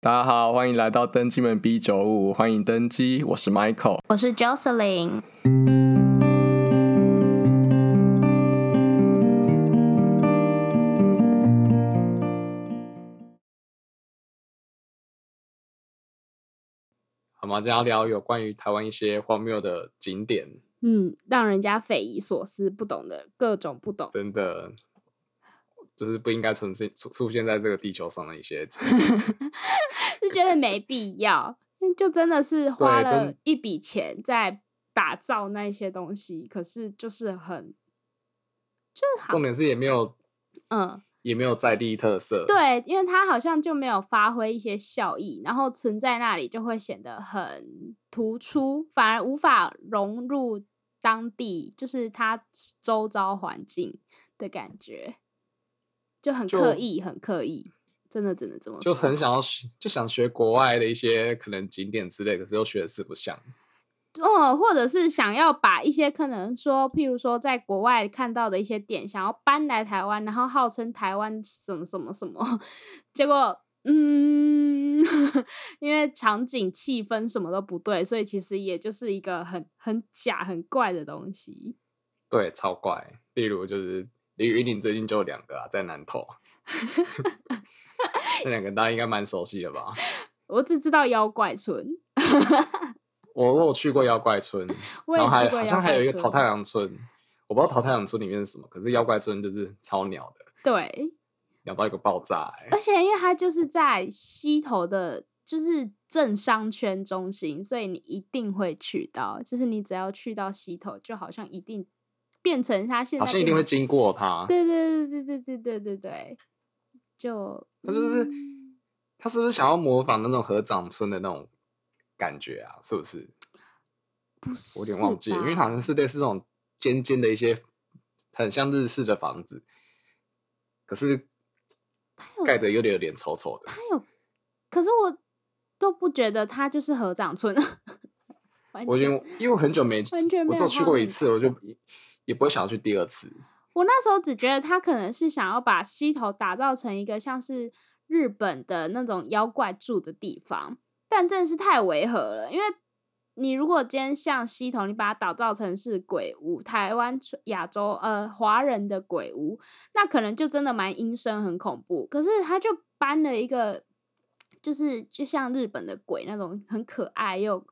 大家好，欢迎来到登机门 B 九五，欢迎登机，我是 Michael。我是 Jocelyn。好吗？今天要聊有关于台湾一些荒谬的景点，嗯，让人家匪夷所思、不懂的各种不懂。真的就是不应该存在出出现在这个地球上的一 些景点就觉得没必要，嗯就真的是花对真了一笔钱在打造那些东西，可是就是很重点是也没有嗯，也没有在地特色，，对，因为它好像就没有发挥一些效益，然后存在那里就会显得很突出，反而无法融入当地，就是它周遭环境的感觉，就很就刻意，很刻意，真的只能这么就说。很想要学，就想学国外的一些可能景点之类，可是又学的四不像。哦，或者是想要把一些可能说，譬如说在国外看到的一些点，想要搬来台湾，然后号称台湾什么什么什么， 结果嗯， 因为场景、气氛什么都不对，所以其实也就是一个很很假、很怪的东西。对，超怪。例如就是李云林最近就有两个啊，在南 投，那两个大家应该蛮熟悉的吧？我只知道妖怪村，我我有去过妖怪村，我然也后还去过好妖像还有一怪个桃村。太郎村，我不知道桃太郎村里面是什么，可是妖怪村就是超鸟的，对，鸟到一个爆炸、欸而。且因为它就是在西头的，就是政商圈中心，所以你一定会去到。就是你只要去到西头，就好像一定变成它现在好像一变定会成经过它，对对对对对对对对对，就它就是嗯它是不是想要模仿那种合掌村的那种感觉啊？是不是？不是，我有点忘记了，因为好像是类似那种尖尖的一些，很像日式的房子，可是有盖的有点有点丑丑的。它有，可是我都不觉得它就是合掌村， 完我已全经因为我很久没，完全我没只有有去画过一面次，我就也不会想要去第二次。我那时候只觉得他可能是想要把西头打造成一个像是日本的那种妖怪住的地方，但真的是太违和了。因为你如果今天像西头，你把它打造成是鬼屋，台湾传、亚洲呃华人的鬼屋，那可能就真的蛮阴森、很恐怖。可是他就搬了一个，就是就像日本的鬼那种很可爱又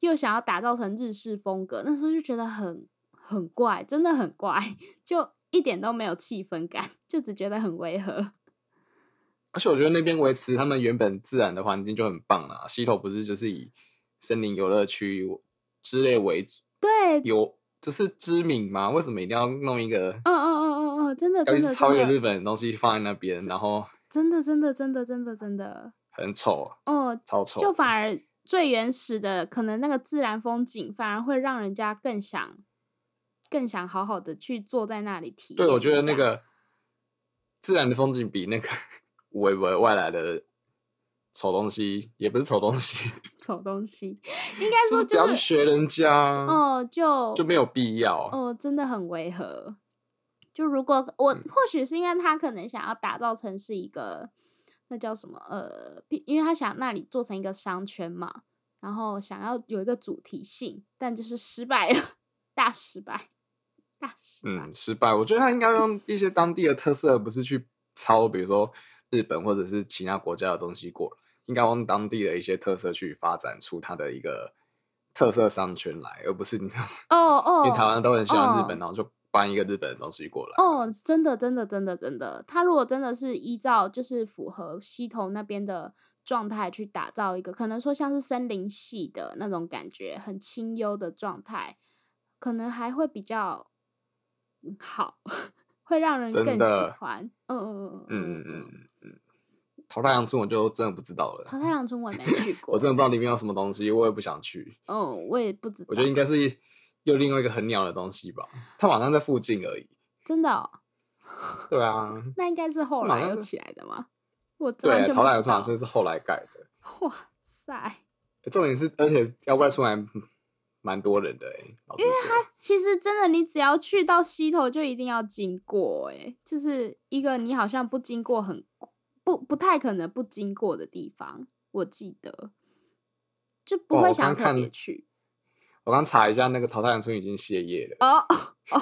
又想要打造成日式风格，那时候就觉得很很怪，真的很怪。就一点都没有气氛感，就只觉得很违和。而且我觉得那边维持他们原本自然的环境就很棒啦。西头不是就是以森林游乐区之类为主，对，有就是知名嘛？为什么一定要弄一个嗯嗯嗯嗯嗯，真的要真一直的超真越日的本的东西放在那边，然后真的真的真的真的真的很丑，哦，超丑的，就反而最原始的可能那个自然风景，反而会让人家更想更想好好的去坐在那里体验一下。对我觉得那个自然的风景比那个 维维外来的丑东西，也不是丑东西，丑东西，应该就说是不要去就是学人家啊，哦、就就没有必要。哦，真的很违和。就如果我嗯或许是因为他可能想要打造成是一个那叫什么呃，因为他想那里做成一个商圈嘛，然后想要有一个主题性，但就是失败了， 大失败，大失败。嗯，失败。我觉得他应该用一些当地的特色，而不是去抄，比如说日本或者是其他国家的东西过来，应该用当地的一些特色去发展出它的一个特色商圈来，而不是你知道吗， 哦因哦，为台湾都很喜欢日本，哦然后就搬一个日本的东西过来。哦，真的，真的，真的，真的，他如果真的是依照就是符合西头那边的状态去打造一个，可能说像是森林系的那种感觉，很清幽的状态，可能还会比较嗯好， 会让人真更喜的欢。嗯嗯嗯嗯嗯嗯嗯嗯。嗯嗯。桃太阳村我就真的不知道了，桃太郎村我也没去过，嗯 我真的不知道里面有什么东西，我也不想去。嗯，我也不知道，我觉得应该是又另外一个很鸟的东西吧，它好像在附近而已。真的哦、对啊，那应该是后那好来像又是起来的吗？我突然对，就桃不太阳知村好道像是后来盖的。哇塞。重点嗯是，而且妖怪出来嗯蛮多人的哎、欸，老实说，其实真的，你只要去到西头，就一定要经过、欸，就是一个你好像不经过很不不太可能不经过的地方。我记得就哦不会我想刚特看别去我刚查一下，那个桃太郎村已经歇业了，哦。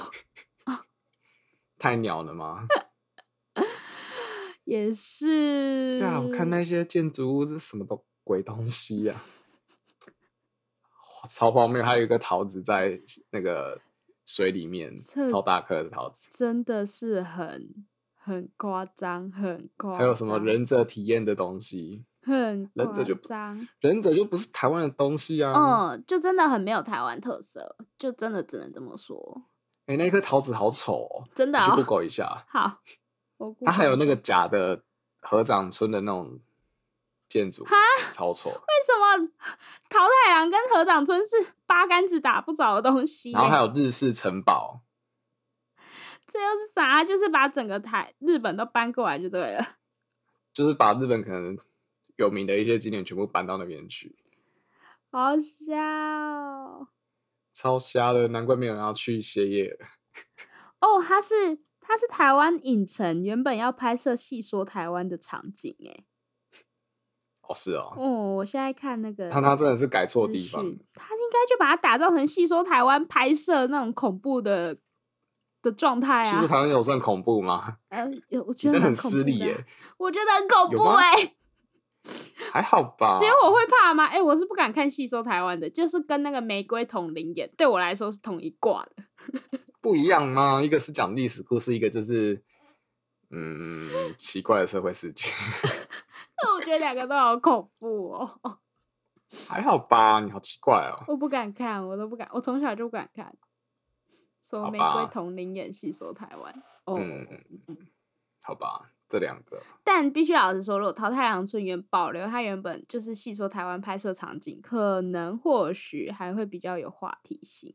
太鸟了吗？嗯也是，对啊，我看那些建筑物是什么都鬼东西呀、 超荒谬！还有一个桃子在那个水里面这，超大颗的桃子。真的是很很夸张，很夸张。还有什么忍者体验的东西？很忍者就夸张，忍者就不是台湾的东西啊！嗯，就真的很没有台湾特色，就真的只能这么说，哎、那颗桃子好丑哦，真的、你去哦。 Google 一下。 好，我它还有 Google 那一个下假的合掌村的那种建筑，超丑。为什么桃太郎跟合掌村是八竿子打不着的东西嘞？然后还有日式城堡，这又是啥？它就是把整个台日本都搬过来就对了。就是把日本可能有名的一些景点全部搬到那边去，好笑哦，超瞎的，难怪没有人要去歇业了。哦它是它是台湾影城原本要拍摄戏说台湾的场景哎。哦，是哦，哦，我现在看那个，他他真的是改错资地方讯，他应该就把它打造成戏说台湾拍摄那种恐怖的的状态其实啊。台湾有算恐怖吗？ 呃，有我觉你真得的蛮很恐失怖礼的啊耶，我觉得很恐有怖吗哎、还好吧只。有我会怕吗？哎、我是不敢看戏说台湾的，就是跟那个玫瑰同龄演，对我来说是同一挂的。 不一样吗？一个是讲历史故事，一个就是嗯奇怪的社会事件， 我觉得两个都好恐怖哦， 还好吧？你好奇怪哦，我不敢看，我都不敢，我从小就不敢看。什么好玫吧瑰同龄演戏说台湾哦。嗯，好吧，这两个但必须老实说，如果《桃太郎村》原保留它原本就是细说台湾拍摄场景，可能或许还会比较有话题性，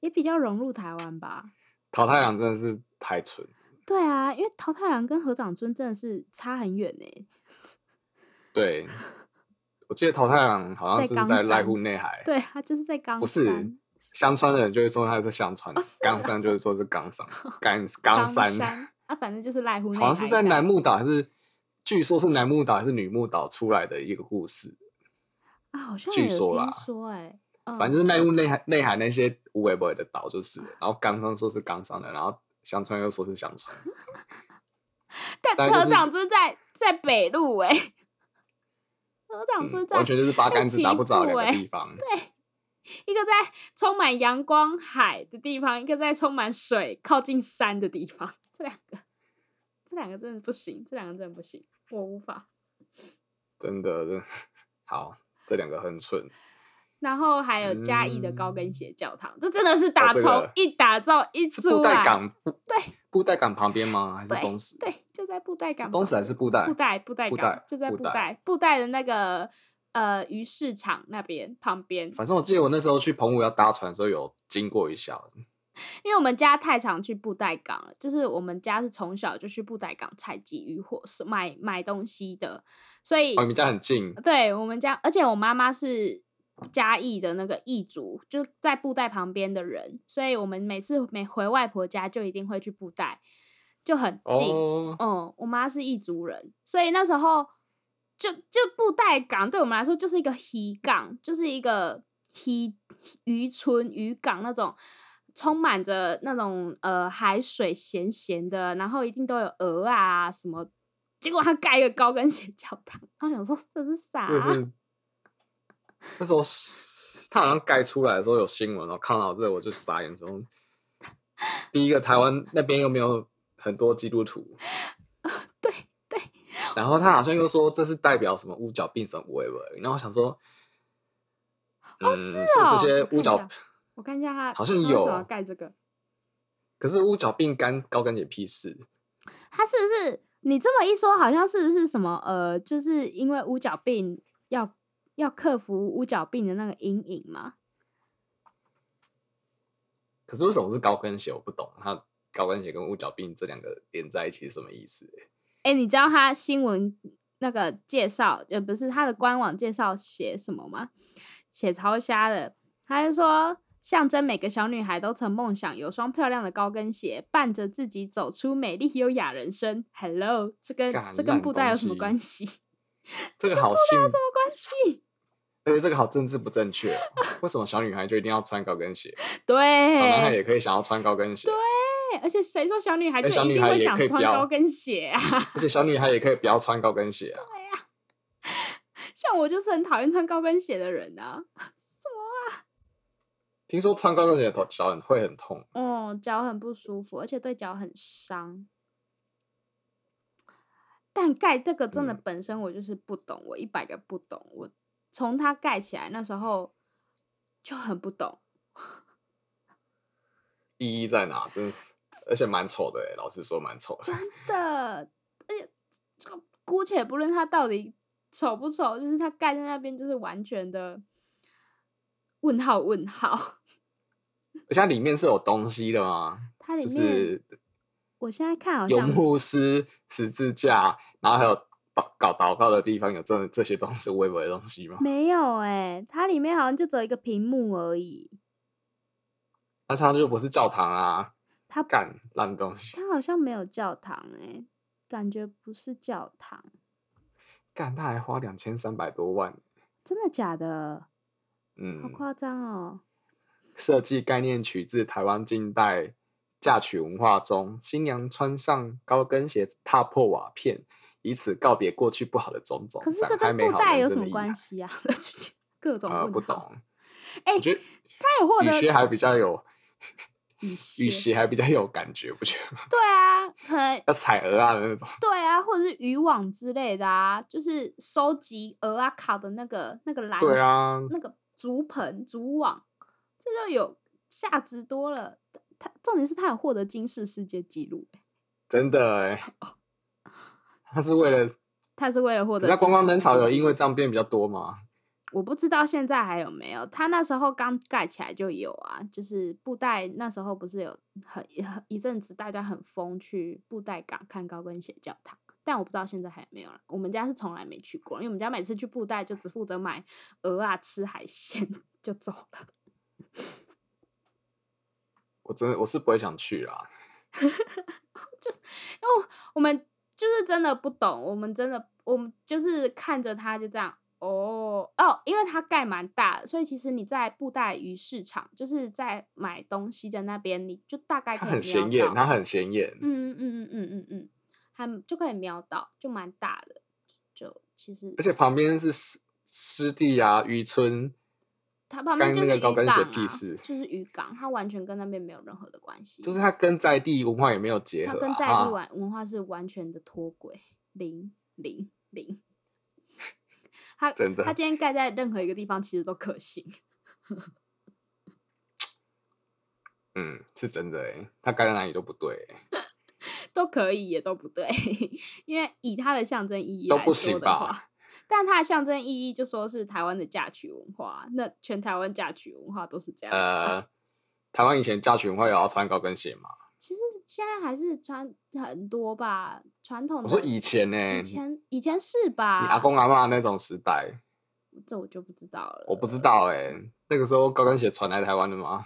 也比较融入台湾吧。桃太郎真的是太蠢，对啊，因为桃太郎跟合掌村真的是差很远呢、对。我记得桃太郎好像在就是冈在濑山户内海，对，他就是在冈不是山，香川的人就会说他是香川哦是，冈山就是说是冈 山，冈冈冈山，啊，反正就是濑户内海一带。好像是在楠木岛还是据说是楠木岛还是女木岛出来的一个故事，啊，好像据有说啦听说哎、嗯反正就是内陆内海内海那些无为不为的岛就是了，然后冈山说是冈山的，然后香川又说是香川，但大概就合是掌村在在北路哎、合掌村嗯，在完全就是八竿子打不着的在岐阜两欸个地方，一个在充满阳光海的地方，一个在充满水靠近山的地方， 这两个，这两个真的不行，这两个真的不行，我无法。真的，真的 好，这两个很蠢，然后还有嘉义的高跟鞋教堂，这真的是打嗯哦这从、个一打造一是布出袋来，港，对，布袋港旁边吗？还是对东石？对，就在布袋是港旁边，东石还是布袋布袋布袋布港袋就在布布袋袋布袋的那个呃鱼市场那边旁边，反正我记得我那时候去澎湖要搭船的时候有经过一下，因为我们家太常去布袋港了，就是我们家是从小就去布袋港采集渔获，是买买东西的，所以、哦，你们家很近，对我们家，而且我妈妈是嘉义的那个义族，就在布袋旁边的人，所以我们每次每回外婆家就一定会去布袋，就很近。哦，嗯，我妈是异族人，所以那时候就就布袋港对我们来说就是一个渔港，就是一个渔渔村渔港那种，充满着那种呃海水咸咸的，然后一定都有鹅啊什么。结果他盖一个高跟鞋教堂，然后想说这是啥？这个是那时候他好像盖出来的时候有新闻哦，看到这个我就傻眼说，第一个台湾那边又没有很多基督徒， 对对，然后他好像又说这是代表什么五角病神无为然后我想说，嗯，是所以哦这些我看五一角下，我看一下他好像他为什么有要盖这个，可是五角病干高跟鞋屁事，他是不是你这么一说，好像是不是什么呃，就是因为乌角病要要克服乌角病的那个阴影嘛？可是为什么是高跟鞋？我不懂，他高跟鞋跟五角病这两个连在一起是什么意思？哎、你知道他新闻那个介绍，呃，不是他的官网介绍写什么吗？写超瞎的，他就说象征每个小女孩都曾梦想有双漂亮的高跟鞋，伴着自己走出美丽优雅人生。Hello，这跟干这跟烂布袋有东什么西关系？ 这个好性，什么关系？而且这个好政治不正确、哦为什么小女孩就一定要穿高跟鞋？对，小男孩也可以想要穿高跟鞋，对，而且谁说小女孩哎就小一女定孩会也想可以穿不要高跟鞋啊？ 而且小女孩也可以不要穿高跟鞋啊。像我就是很讨厌穿高跟鞋的人啊。听说穿高跟鞋的头脚很会很痛，哦，脚很不舒服，而且对脚很伤。但盖这个真的嗯本身我就是不懂，我一百个不懂。我从它盖起来那时候就很不懂，意义在哪？真的是，而且蛮丑的哎、老实说蛮丑 的。真的。而且这个姑且不论它到底丑不丑，就是它盖在那边就是完全的问号问号。而且它里面是有东西的吗？它里就面、是我现在看好有像牧师、十字架，然后还有祷搞祷告的地方，有这这些东西微微的东西吗？没有哎、它里面好像就只有一个屏幕而已。那它就不是教堂啊，它干烂东西，它好像没有教堂哎、感觉不是教堂，干他还花两千三百多万，真的假的？好嗯，夸张哦！设计概念取自台湾近代嫁娶文化中，新娘穿上高跟鞋踏破瓦片，以此告别过去不好的种种。可是展这开跟美布好袋人有生什的么意关涵系啊？ 各种呃，问不号。懂。哎、我觉得他也获雨得靴还比较有，雨雨靴鞋还比较有感觉，不觉得吗？对啊，可能要采鹅啊的那种。对啊，或者是渔网之类的啊，就是收集鹅啊烤的那个那个篮子，对啊，那个竹盆竹网，这就有价值多了。他重点是他有获得金氏世界纪录、欸，真的哎、他是 为了他是为了获得那金观光氏灯世潮界有纪因录为这样变比较多吗？我不知道现在还有没有，他那时候刚盖起来就有啊，就是布袋那时候不是有很很一阵子大家很疯去布袋港看高跟鞋教堂，但我不知道现在还有没有了。我们家是从来没去过，因为我们家每次去布袋就只负责买鹅啊、吃海鲜 就走了。我真的我是不会想去啦。因为我们就是真的不懂，我们真的我们就是看着它就这样。哦哦，因为它盖蛮大的，所以其实你在布袋鱼市场，就是在买东西的那边，你就大概它可很以瞄到。显眼，啊它很显眼。嗯嗯嗯嗯嗯嗯，还就可以瞄到，就蛮大的。就其实而且旁边是湿湿地啊、渔村，它旁边干就那是个渔高港跟鞋啊，屁事就是渔港，它完全跟那边没有任何的关系。就是它跟在地文化也没有结它合、啊。跟在地啊文文化是完全的脱轨，零零零。 它真的它今天盖在任何一个地方其实都可行。嗯，是真的哎、它该在哪里都不对欸、都可以，也都不对， 因为以它的象征意义都来不说行的吧话，但它的象征意义就说是台湾的嫁娶文化，那全台湾嫁娶文化都是这样子啊、呃，台湾以前嫁娶文化也要穿高跟鞋嘛？其实现在还是穿很多吧，传统的。我说以前呢、哦以你前以前是吧？阿公阿妈那种时代，这我就不知道了，我不知，道哎、那个时候高跟鞋传来台湾的吗？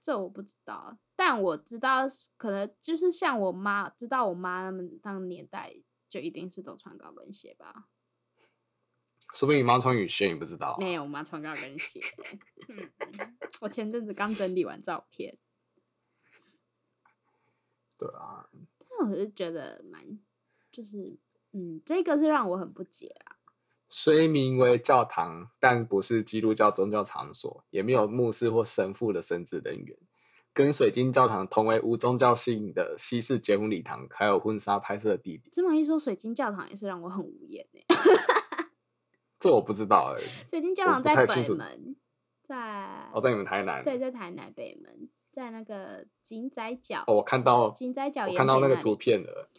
这我不知道，但我知道是可能就是像我妈，知道我妈他们那个年代就一定是都穿高跟鞋吧。说不定你妈穿雨靴，你不知道啊、没有，我妈穿高 跟鞋。嗯，我前阵子刚整理完照片，对啊，但我是觉得蛮，就是嗯，这个是让我很不解啊。虽名为教堂，但不是基督教宗教场所，也没有牧师或神父的神职人员。跟水晶教堂同为无宗教性的西式结婚礼堂，还有婚纱拍摄的地点，这么一说，水晶教堂也是让我很无言欸这我不知道哎、水晶教我堂不在太北清楚门，在哦，在你们台南，对，在台南北门，在那个井仔角。哦，我看到井仔角，我看到那个图。片了，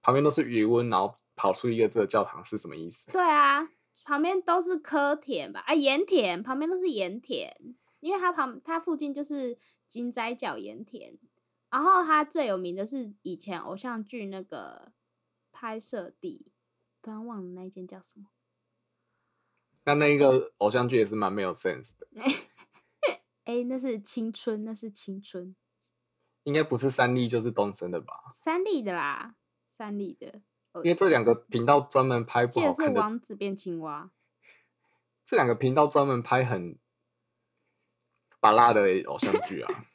旁边都是余温，然后跑出一个这个教堂是什么意思？对啊，旁边都是科田吧？啊，盐田旁边都是盐田，因为它旁它附近就是金仔角盐田。然后它最有名的是以前偶像剧那个拍摄地，突然忘了那一间叫什么。那那一个偶像剧也是蛮没有 sense 的，哎，那是青春，那是青春，应该不是三立就是东森的吧？三立的啦，三立的。哦哦因为这两个频道专门拍不记好得是看的，王子变青蛙，这两个频道专门拍很巴拉的偶像剧 啊。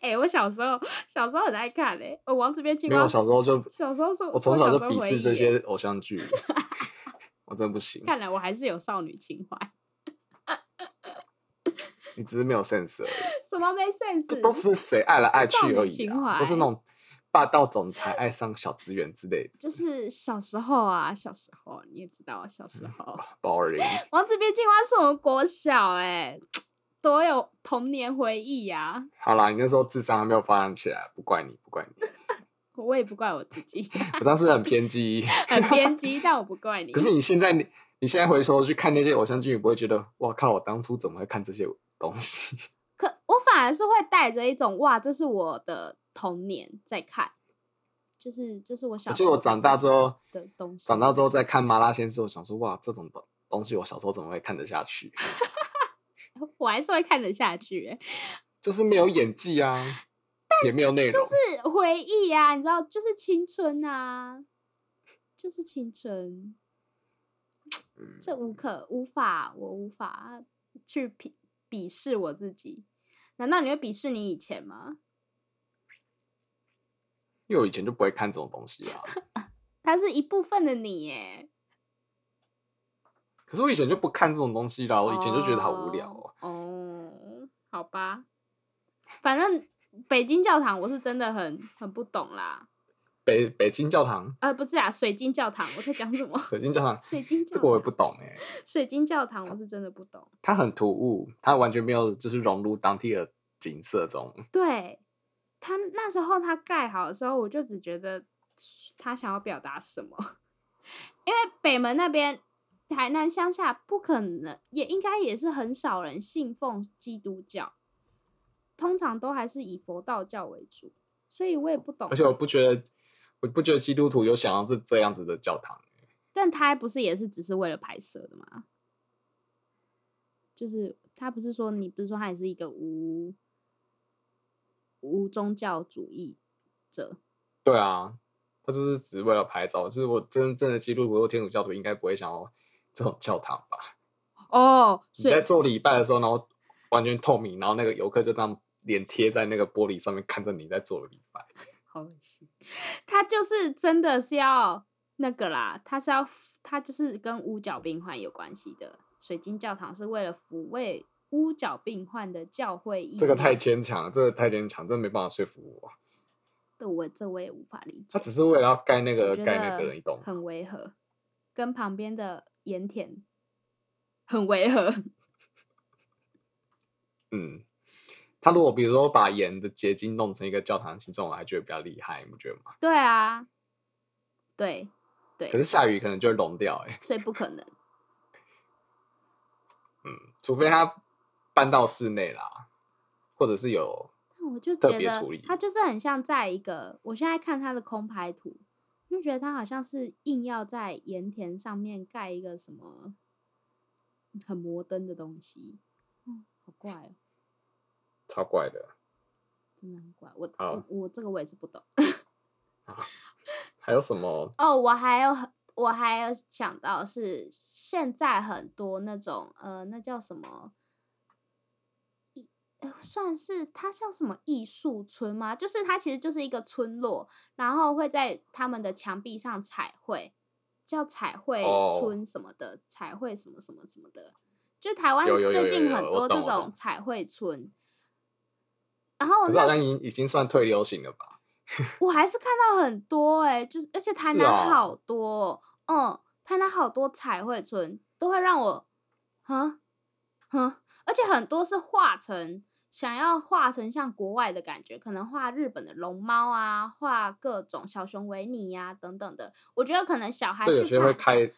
哎、我小时候小时候很爱看嘞、哦，王子变青没有，蛙我，小时候就小时候是我从小小就时候鄙回视忆这耶些偶像 剧，我真的不行，看来我还是有少女情怀，你只是没有 sense 而已。什么没 sense，都是谁爱来爱少去女而已、情啊，都是怀那种霸道总裁爱上小职员之类的就是小时候啊，小时候你也知道，小嗯时候 ，boring。王子变青蛙是我们国小哎、多有童年回忆啊呀、好啦，你那时候智商还没有发展起来，不怪你，不怪你。我也不怪我自 己，我当时很偏激， 很偏激，但我不怪 你。可是你现在你你现在回头去看那些偶像剧，你不会觉得哇靠，我当初怎么会看这些东西？可我反而是会带着一种哇，这是我的童年在看，就是这是我小而时且候我长大之后的东西。长大之后再看《麻辣鲜师》，我想说哇，这种东东西我小时候怎么会看得下去？ 我还是会看得下去、欸，就是没有演技啊，也没有内容，就是回忆啊，你知道，就是青春啊，就是青春，嗯这无可无法，我无法去鄙鄙视我自己。难道你会鄙视你以前吗？因为我以前就不会看这种东西啊。它是一部分的你耶。 可是我以前就不看这种东西啦，我哦以前就觉得好无聊、哦。哦。哦，好吧，反正北京教堂我是真的很很不懂啦。北北京教堂、？呃，不是啊，水晶教堂我在讲什么 水晶教堂，水晶教这个我也不堂，懂哎、水晶教堂我是真的不懂。它很突兀，它完全没有就是融入当地的景色中。对他那时候他盖好的时候，我就只觉得他想要表达什么， 因为北门那边台南乡下不可能，也应该也是很少人信奉基督教，通常都还是以佛道教为主，所以我也不懂而。且我不觉得，我不觉得基督徒有想要是这样子的教堂。但他不是也是只是为了拍摄的吗？就是他不是说你不是说他也是一个无无宗教主义者，对啊，他就是只是为了拍照。就是我真正的基督徒或天主教徒应该不会想要 这种教堂吧？哦，你所以在做礼拜的时候，然后完全透明，然后那个游客就这样脸贴在那个玻璃上面看着你在做礼拜。好恶心。他就是真的是要那个啦，他是要他就是跟乌角病患有关系的。水晶教堂是为了抚慰乌角病患的教会意义。这个太牵强了，这个太牵强，真的没办法说服我。对我这我也无法理解他。只是为了要盖那我个觉盖那得个，你懂吗？很违和，跟旁边的盐田很违和。 嗯，他如果比如说把盐的结晶弄成一个教堂形状，我还觉得比较厉害，你不觉得吗？对啊，对对可，是下雨可能就会融掉、欸，哎，所以不可能。嗯，除非他搬到室内啦，或者是有那我就特觉别得处理它就是很像在一个，我现在看它的空拍图，就觉得它好像是硬要在盐田上面盖一个什么很摩登的东西，嗯，好怪哦、超怪的，真的很怪。我好我我这个我也是不懂。还有什么？哦，我还有很，我还有想到是现在很多那种呃，那叫什么？一呃算是它叫什么艺术村吗？就是它其实就是一个村落，然后会在他们的墙壁上彩绘，叫彩绘哦村什么的，彩绘什么什么什么的。就台湾有有有最有近有很我懂多这我懂种彩绘村，然后可是哦那好时像已已经算退流行了吧？我还是看到很多哎、就是而且台是南哦好多，嗯，台南好多彩绘村都会让我，啊，哼，而且很多是画成想要画成像国外的感觉，可能画日本的龙猫啊，画各种小熊维尼呀、等等的。我觉得可能小孩对，有去些会看，开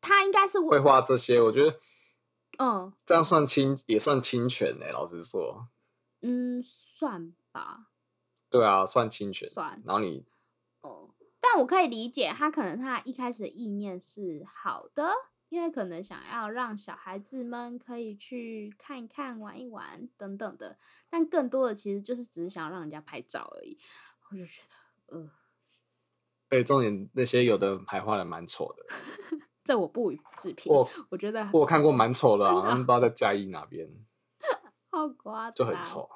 他应该是会画这些，我觉得嗯这样算侵也算侵权呢、老实说，嗯算吧，对啊，算侵权。算然后你哦，但我可以理解他可能他一开始的意念是好的，因为可能想要让小孩子们可以去看一看、玩一玩等等的，但更多的其实就是只是想要让人家拍照而已。我就觉得，呃，对，哎重点那些有的还画的蛮丑的，这我不予置评。 我我觉得我有看过蛮丑的、啊，真的好像不知道在嘉义哪边好夸张，就很。丑。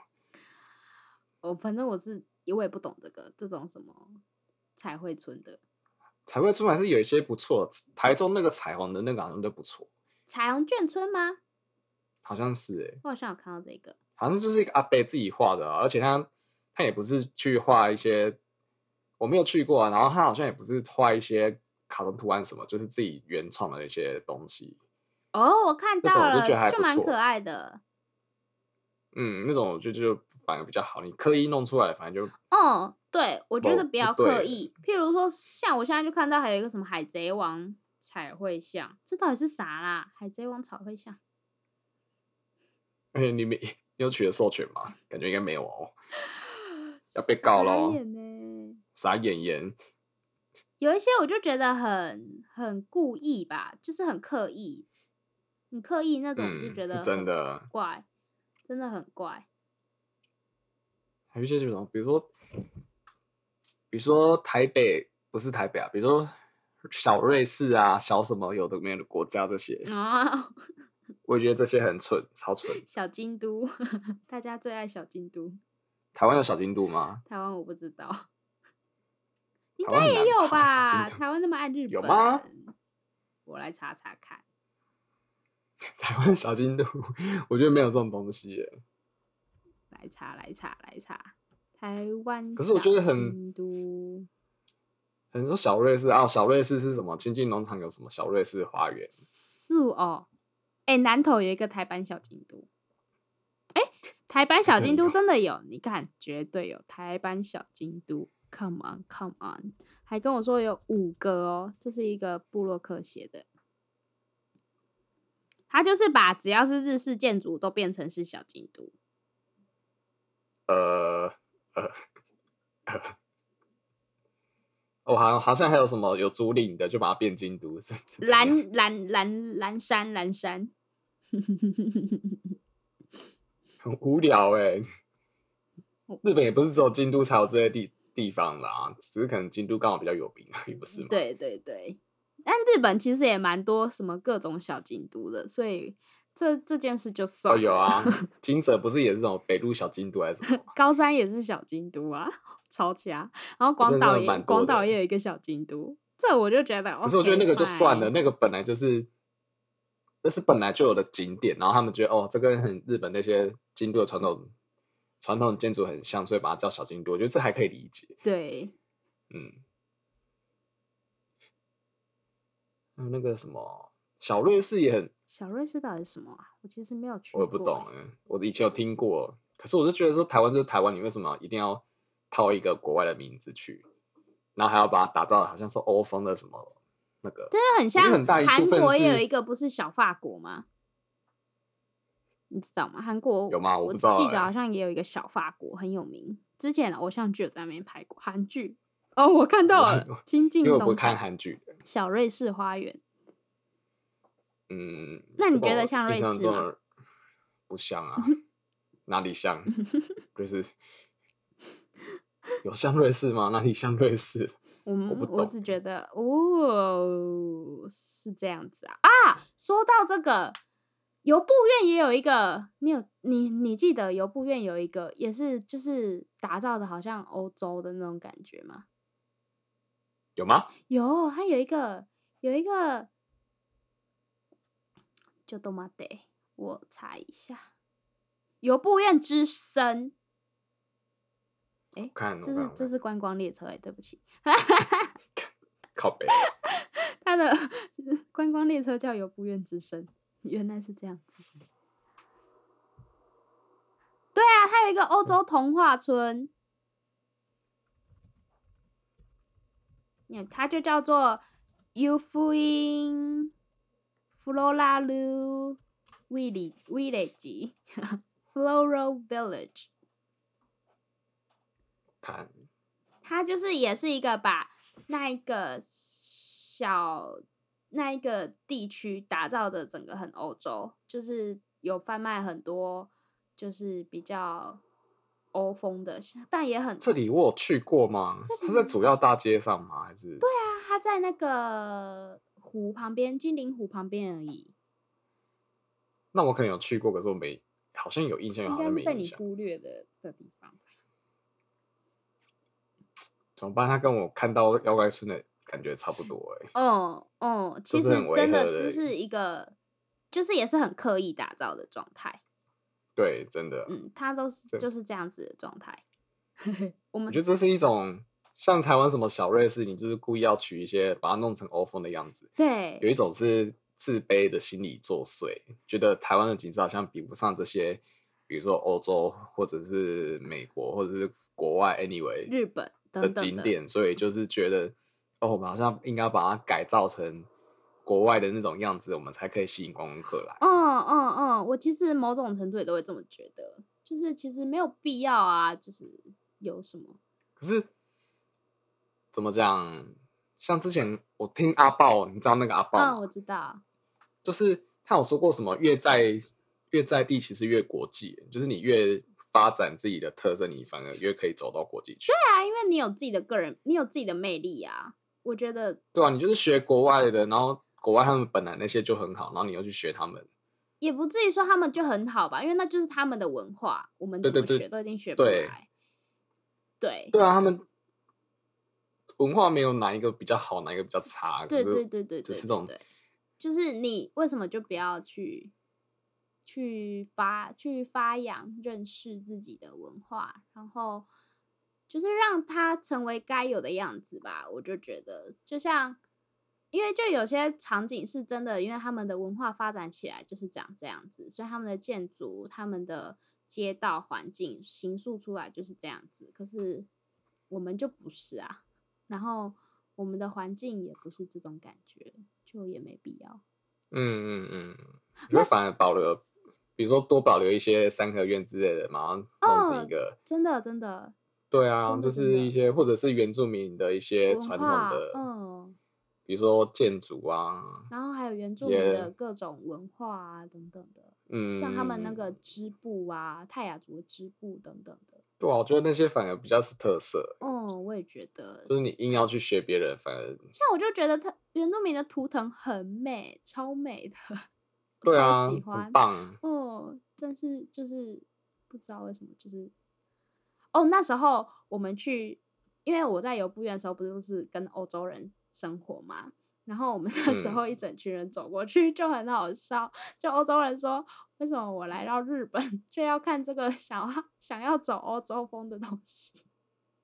我反正我是我也不懂这个这种什么彩绘村的彩绘出还是有一些不错，台中那个彩虹的那个好像就不错，彩虹眷村吗？好像是哎、我好像有看到这个，好像就是一个阿伯自己画的啊、而且他他也不是去画一些，我没有去过啊。然后他好像也不是画一些卡通图案什么，就是自己原创的一些东西。哦，我看这到种我就了，觉得还就不蛮错可爱的。嗯，那种我觉得就反而比较好，你刻意弄出来，反正就哦，对，我觉某得不比较对刻了意。譬如说，像我现在就看到还有一个什么海贼王彩绘像，这到底是啥啦？海贼王彩绘像，而且你没你有取得授权吗？感觉应该没有哦，要被告傻咯眼呢傻眼眼。有一些我就觉得很很故意吧，就是很刻意，很刻意那种，我嗯，就觉是得真很的。怪，真的很怪。 还有一些这种，比如说，比如说台北不是台北啊，比如说小瑞士啊，小什么有的没有的国家这些，哦，我觉得这些很蠢，超蠢。小京都， 大家最爱小京都。台湾有小京都吗？ 台湾我不知道， 应台湾该很也难有吧小京吧？都台湾那么爱日本，有吗我来查查看。台湾小京都，我觉得没有这种东西耶。来查来查来查，台湾。可是我觉得很京都很多小瑞士啊，小瑞士是什么？亲近农场有什么小瑞士花园？是哦，哎、南投有一个台版小京都，哎、台版小京都真真的有，你看，绝对有台版小京都。Come on, come on，还跟我说有五个哦，这是一个布洛克写的，他就是把只要是日式建筑都变成是小京都。呃呃呃，我、哦好像好像还有什么有竹林的，就把它变京都。是是怎样蓝蓝蓝蓝山蓝山， 很无聊哎、我日本也不是只有京都才有这些地地方啦，只是可能京都刚好比较有名而已，不是吗？对对对。但日本其实也蛮多什么各种小京都的，所以这这件事就算哦，了。有啊，金泽不是也是这种北路小京都还是什么吗？高山也是小京都啊， 超强。哦然后真广的岛真的也蛮广多的岛也有一个小京都，这我就觉得。可是我觉得那个就算了， OK，fine。那个本来就是，那是本来就有的景点，然后他们觉得哦，这跟很日本那些京都的传统传统建筑很像，所以把它叫小京都，我觉得这还可以理解。对，嗯，还有那个什么小瑞士也很小瑞士到底是什么啊？我其实没有去过我欸。也不懂哎、我以前有听过，可是我就觉得说台湾就是台湾，你为什么一定要套一个国外的名字去，然后还要把它打造得好像是欧风的什么那个？真的很像很大一部韩分国也有是一个不是小法国吗？你知道吗？韩国有吗我我不知道记欸得好像也有一个小法国很有名，之前偶像剧有在那边拍过韩剧。哦，我看 到了《金靖因为我不东看小韩剧的，小瑞士花园》，嗯。那你这个觉得我像印瑞象士中吗的不像 啊，哪里像？就是有像瑞士吗？哪里像瑞士？我们不我懂哎只觉得哦是这样子啊啊！说到这个，游步院也有一个，你有你你记得游步院有一个也是就是打造的好像欧洲的那种感觉吗？有吗？有，它有一个有一个，就都妈得，我查一下，游步院之森。哎我，看，我看这我是这看是观光列车哎、对不起，靠北。它的 观光列车叫游步院之声，原来是这样子。对啊，它有一个欧洲童话村，你看它就叫做 u f i n Floralu Village Village Floral Village。看，它就是也是一个把那一个小那一个地区打造的整个很欧洲，就是有贩卖很多就是比较欧风的，但也很这里我有去过吗？它是在主要大街上吗？还是对啊，它它在那个湖旁边，金陵湖旁边而已，那我可能有去过，可是我没，好像有印象，又应好该像是没被印你象。忽略的的地方。怎么办？他跟我看到妖怪村的感觉差不多哎、哦哦，其是实很违真的和只的是一个，就是也是很刻意打造的状态。对，真的，嗯，它都是这就是这样子的状态。我我们觉得这是一种像台湾什么小瑞士，你就是故意要取一些把它弄成欧风的样子。有对一种是自卑的心理作祟，觉得台湾的景色好像比不上这些，比如说欧洲或者是美国或者是国外 anyway 日本的等嗯等景点，所以就是觉得哦，我们好像应该把它改造成国外的那种样子，我们才可以吸引观光客来。嗯嗯嗯，我其实某种程度也都会这么觉得，就是其实没有必要啊，就是有什么可是怎么讲？像之前我听阿豹，你知道那个阿豹吗？嗯，我知道，就是他有说过什么越在越在地，其实越国际，就是你越发展自己的特色，你反而越可以走到国际去。对啊，因为你有自己的个人，你有自己的魅力啊，我觉得对啊，你就是学国外的，然后国外他们本来那些就很好，然后你又去学他们，也不至于说他们就很好吧，因为那就是他们的文化，我们对对怎么对学都一定学不对来。对对啊，他们文化没有哪一个比较好，哪一个比较差，可对是对对对，只对是对这种对，就是你为什么就不要去去发去发扬认识自己的文化，然后就是让它成为该有的样子吧？我就觉得，就像因为就有些场景是真的，因为他们的文化发展起来就是长这样子，所以他们的建筑、他们的街道环境形塑出来就是这样子。可是我们就不是啊，然后我们的环境也不是这种感觉，就也没必要。嗯嗯嗯，我觉得反而保留，比如说多保留一些三合院之类的，马上弄成哦一个。真的，真的，对啊，真的就真是的一些或者是原住民的一些文传统化的，嗯，比如说建筑啊，然后还有原住民也的各种文化啊，等等的，嗯，像他们那个织布啊，泰雅族的织布等等的。对啊，我觉得那些反而比较是特色，哦，我也觉得，就是你硬要去学别人，反而像我就觉得它原住民的图腾很美，超美的，我对啊， 超喜欢很。棒，哦，但是就是不知道为什么，就是哦，那时候我们去，因为我在游步院的时候，不是都是跟欧洲人生活嘛，然后我们那时候一整群人走过去就很好笑，就欧洲人说，为什么我来到日本却要看这个想要想要走欧洲风的东西？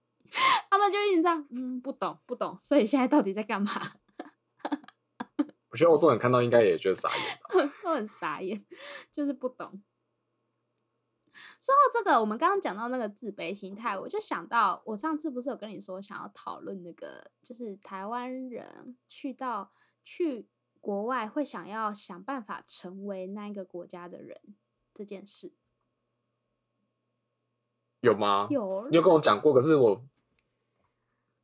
他们就一直这样，嗯，不懂不懂，所以现在到底在干嘛？我觉得欧洲人看到应该也觉得傻眼吧，都很傻眼，就是不懂。说到这个，我们刚刚讲到那个自卑心态，我就想到我上次不是有跟你说想要讨论那个，就是台湾人去到去国外会想要想办法成为那一个国家的人这件事。有吗？有你有跟我讲过，可是我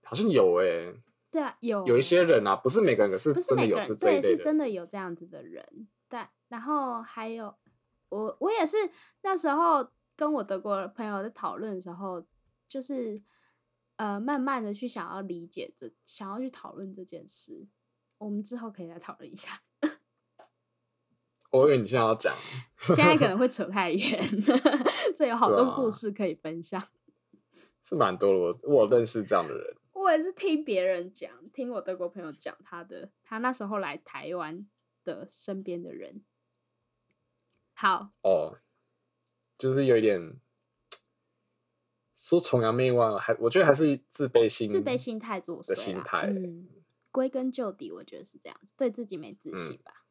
好像有诶、对啊，有有一些人啊，不是每个人，可是不是真的每有个人这这一对类是的真的有这样子的人，但然后还有我我也是那时候跟我德国朋友在讨论的时候，就是呃慢慢的去想要理解这想要去讨论这件事，我们之后可以来讨论一下， 我以为你现在要讲，现在可能会扯太远，这有好对多故啊事可以分享。是蛮多的，我我认识这样的人， 我也是听别人讲，听我德国朋友讲他的，他那时候来台湾的身边的人。好，哦，就是有一点说崇洋媚外，还我觉得还是自卑心，自卑心态作祟嗯的啦心态嗯，归根究底，我觉得是这样子，对自己没自信嗯吧。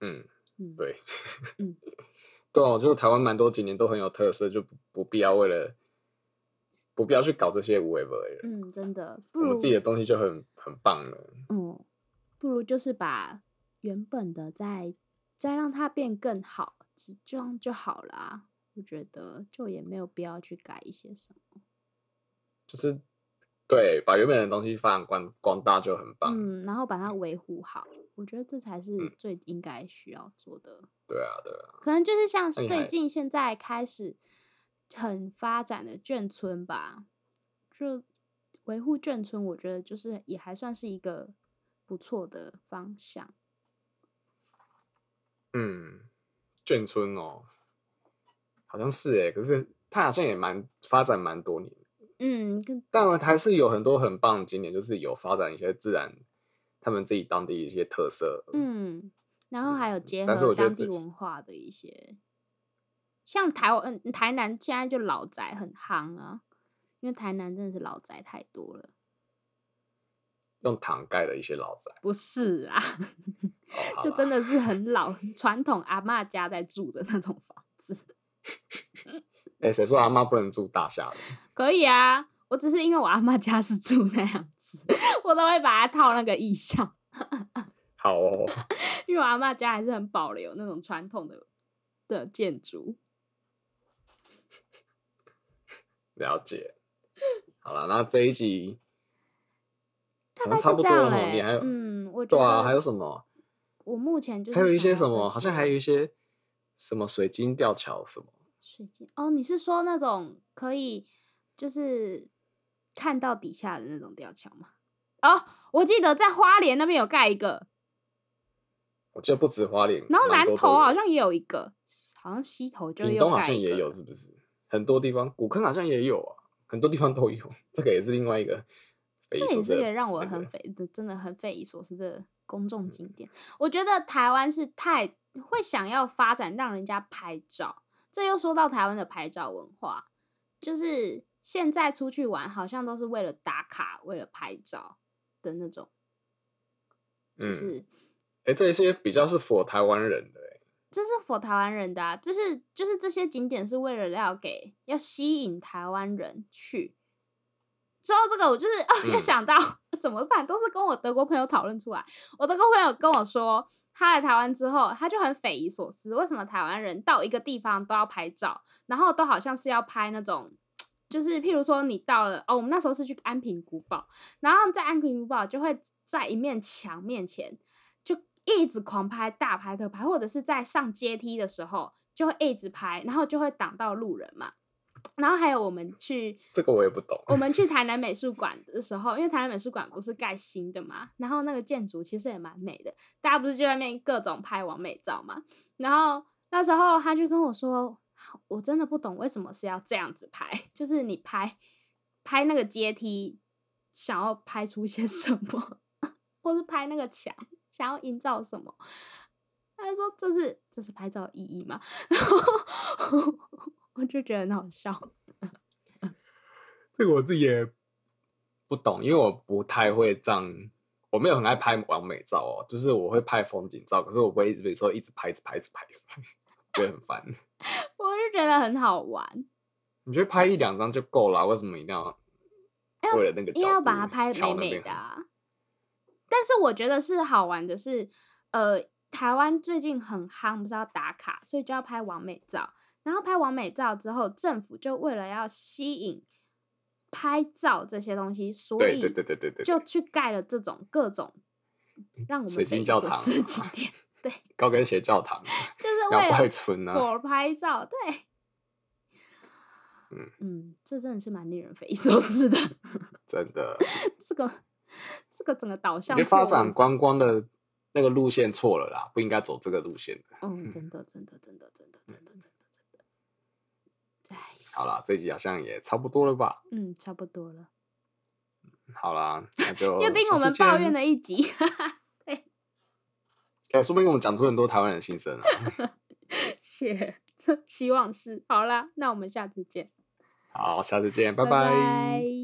嗯，嗯，对， 嗯对啊，我觉得台湾蛮多景点都很有特色，就不不必要为了不必要去搞这些无为不为了，嗯，真的，不我如们自己的东西就很很棒了。嗯，不如就是把原本的再再让它变更好，只这样就好了啊。我觉得就也没有必要去改一些什么。对，把原本的东西发扬光光大就很棒。啊嗯嗯，然后把它维护好，我觉得这才是最应该需要做的。对啊，对啊，可能就是像那是你最还近现在开始很发展的眷村吧，就维护眷村，我觉得就是也还算是一个不错的方向。嗯，眷村哦，好像是哎，可是它好像也蛮发展蛮多年，嗯，跟但还是有很多很棒的景点，就是有发展一些自然他们自己当地一些特色，，嗯，然后还有结但是合我觉得当地这文化的一些，像台湾、嗯台南现在就老宅很夯啊，因为台南真的是老宅太多了。用糖盖的一些老宅，不是啊，哦、就真的的 是很老很传统阿嬷家在住的那种房子。哎，谁说阿妈不能住大厦的？可以啊，我只是因为我阿妈家是住那样子，我都会把它套那个意象，好哦，因为我阿妈家还是很保留那种传统的的建筑。了解。好了，那这一集大好概哦像差就不这多了样哈。嘞、你还有嗯，我觉对得、啊，还有什么？我目前就是还有一想些到什这么？好像还些有一些什么水晶吊桥什么？水晶哦，你是说那种可以就是看到底下的那种吊桥吗？哦，我记得在花莲那边有盖一个，我记得不止花莲，然后蛮南多投都好有像也有一个，好像西头就屏又东好盖像一个也有，了是不是？很多地方，古坑好像也有啊，很多地方都有。这个也是另外一个匪夷这所也思是的那个，嗯一个让我很匪的，真的很匪夷所思的公众景点。我觉得台湾是太会想要发展让人家拍照，这又说到台湾的拍照文化，就是现在出去玩好像都是为了打卡、为了拍照的那种，就嗯是、哎、这些比较是符合台湾人的、欸，这是否台湾人的啊，就是就是这些景点是为了要给要吸引台湾人去。说到这个，我就是哦，又嗯想到、 怎么办，都是跟我德国朋友讨论出来。我德国朋友跟我说，他来台湾之后，他就很匪夷所思，为什么台湾人到一个地方都要拍照，然后都好像是要拍那种。就是譬如说，你到了哦，我们那时候是去安平古堡，然后在安平古堡就会在一面墙面前就一直狂拍大拍特拍，或者是在上阶梯的时候就会一直拍，然后就会挡到路人嘛。然后还有我们去这个我也不懂。我们去台南美术馆的时候，因为台南美术馆不是盖新的嘛，然后那个建筑其实也蛮美的，大家不是就在那边各种拍完美照嘛。然后那时候他就跟我说，我真的不懂为什么是要这样子拍，就是你拍拍那个阶梯，想要拍出些什么，或是拍那个墙，想要营造什么。他就说这是这是拍照意义吗？ 然后 我就觉得很好笑。这个我自己也不懂，因为我不太会这样，我没有很爱拍完美照哦，就是我会拍风景照，可是我不会一直比如说一直拍、一直拍、一直拍、一直拍，觉得很烦。 我就觉得很好玩，你觉得拍一两张就够了啊，为什么一定要哎为了那个角因为要把它度拍敲美那美边的、啊。但是我觉得是好玩的是，呃，台湾最近很夯，不是要打卡，所以就要拍完美照。然后拍完美照之后，政府就为了要吸引拍照这些东西，所对以对对对对对，嗯就去盖了这种各种让我们水匪晶夷教所堂思的景 点，对，高跟鞋教堂 就是要为了外村啊， for 拍照，对。嗯嗯，这真的是蛮令人匪夷所思的。真 的，这个这个整个导你向觉得发错误展观光的那个路线错了啦，不应该走这个路线的。嗯，真的真的真的真的嗯真的真的真的，哎，好啦，这集好像也差不多了吧？嗯，差不多了，好啦，那 就又听我们抱怨，的一集， 哎、说不定我们讲出很多台湾人的心声啊。谢，这希望是好啦，那我们下次见，好，下次见，拜拜